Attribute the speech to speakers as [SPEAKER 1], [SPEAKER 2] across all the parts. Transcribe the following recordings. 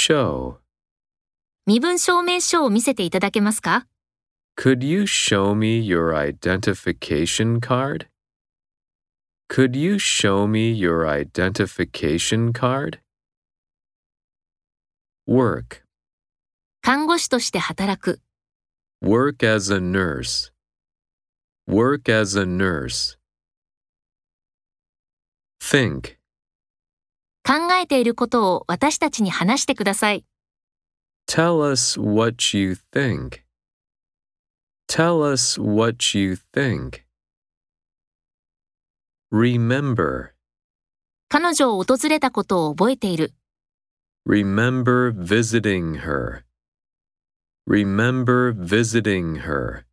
[SPEAKER 1] show?
[SPEAKER 2] 身分証明書を見せていただけますか
[SPEAKER 1] Could you show me your identification card? Could you show me your identification card? Work.
[SPEAKER 2] 看護師として働く。
[SPEAKER 1] Work as a nurse. Work as a nurse. Think.
[SPEAKER 2] 考えていることを私たちに話してください。
[SPEAKER 1] Tell us what you think. Tell us what you think. Remember.
[SPEAKER 2] 彼女を訪れたことを覚えている。
[SPEAKER 1] Remember visiting her. Remember visiting her.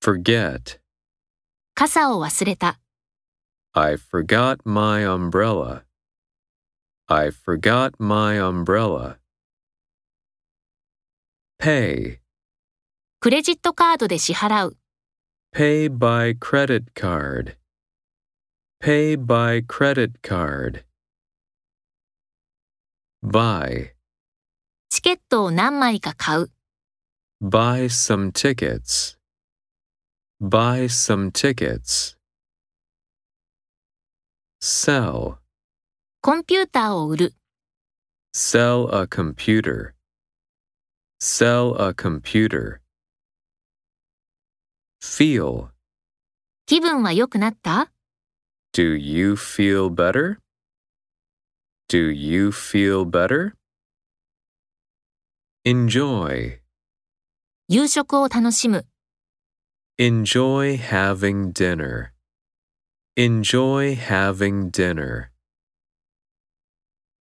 [SPEAKER 1] Forget.
[SPEAKER 2] 傘を忘れた。
[SPEAKER 1] I forgot my umbrella. I forgot my umbrella. Pay.
[SPEAKER 2] クレジットカードで支払う。
[SPEAKER 1] Pay by credit card. Pay by credit card. Buy.
[SPEAKER 2] チケットを何枚か買う。
[SPEAKER 1] Buy some tickets. Buy some tickets. Sell.
[SPEAKER 2] コンピューターを売る。
[SPEAKER 1] Sell a computer. Sell a computer. Feel.
[SPEAKER 2] 気分は良くなった
[SPEAKER 1] Do you feel better? Do you feel better? Enjoy.
[SPEAKER 2] 夕食を楽しむ。
[SPEAKER 1] Enjoy having dinner. Enjoy having dinner.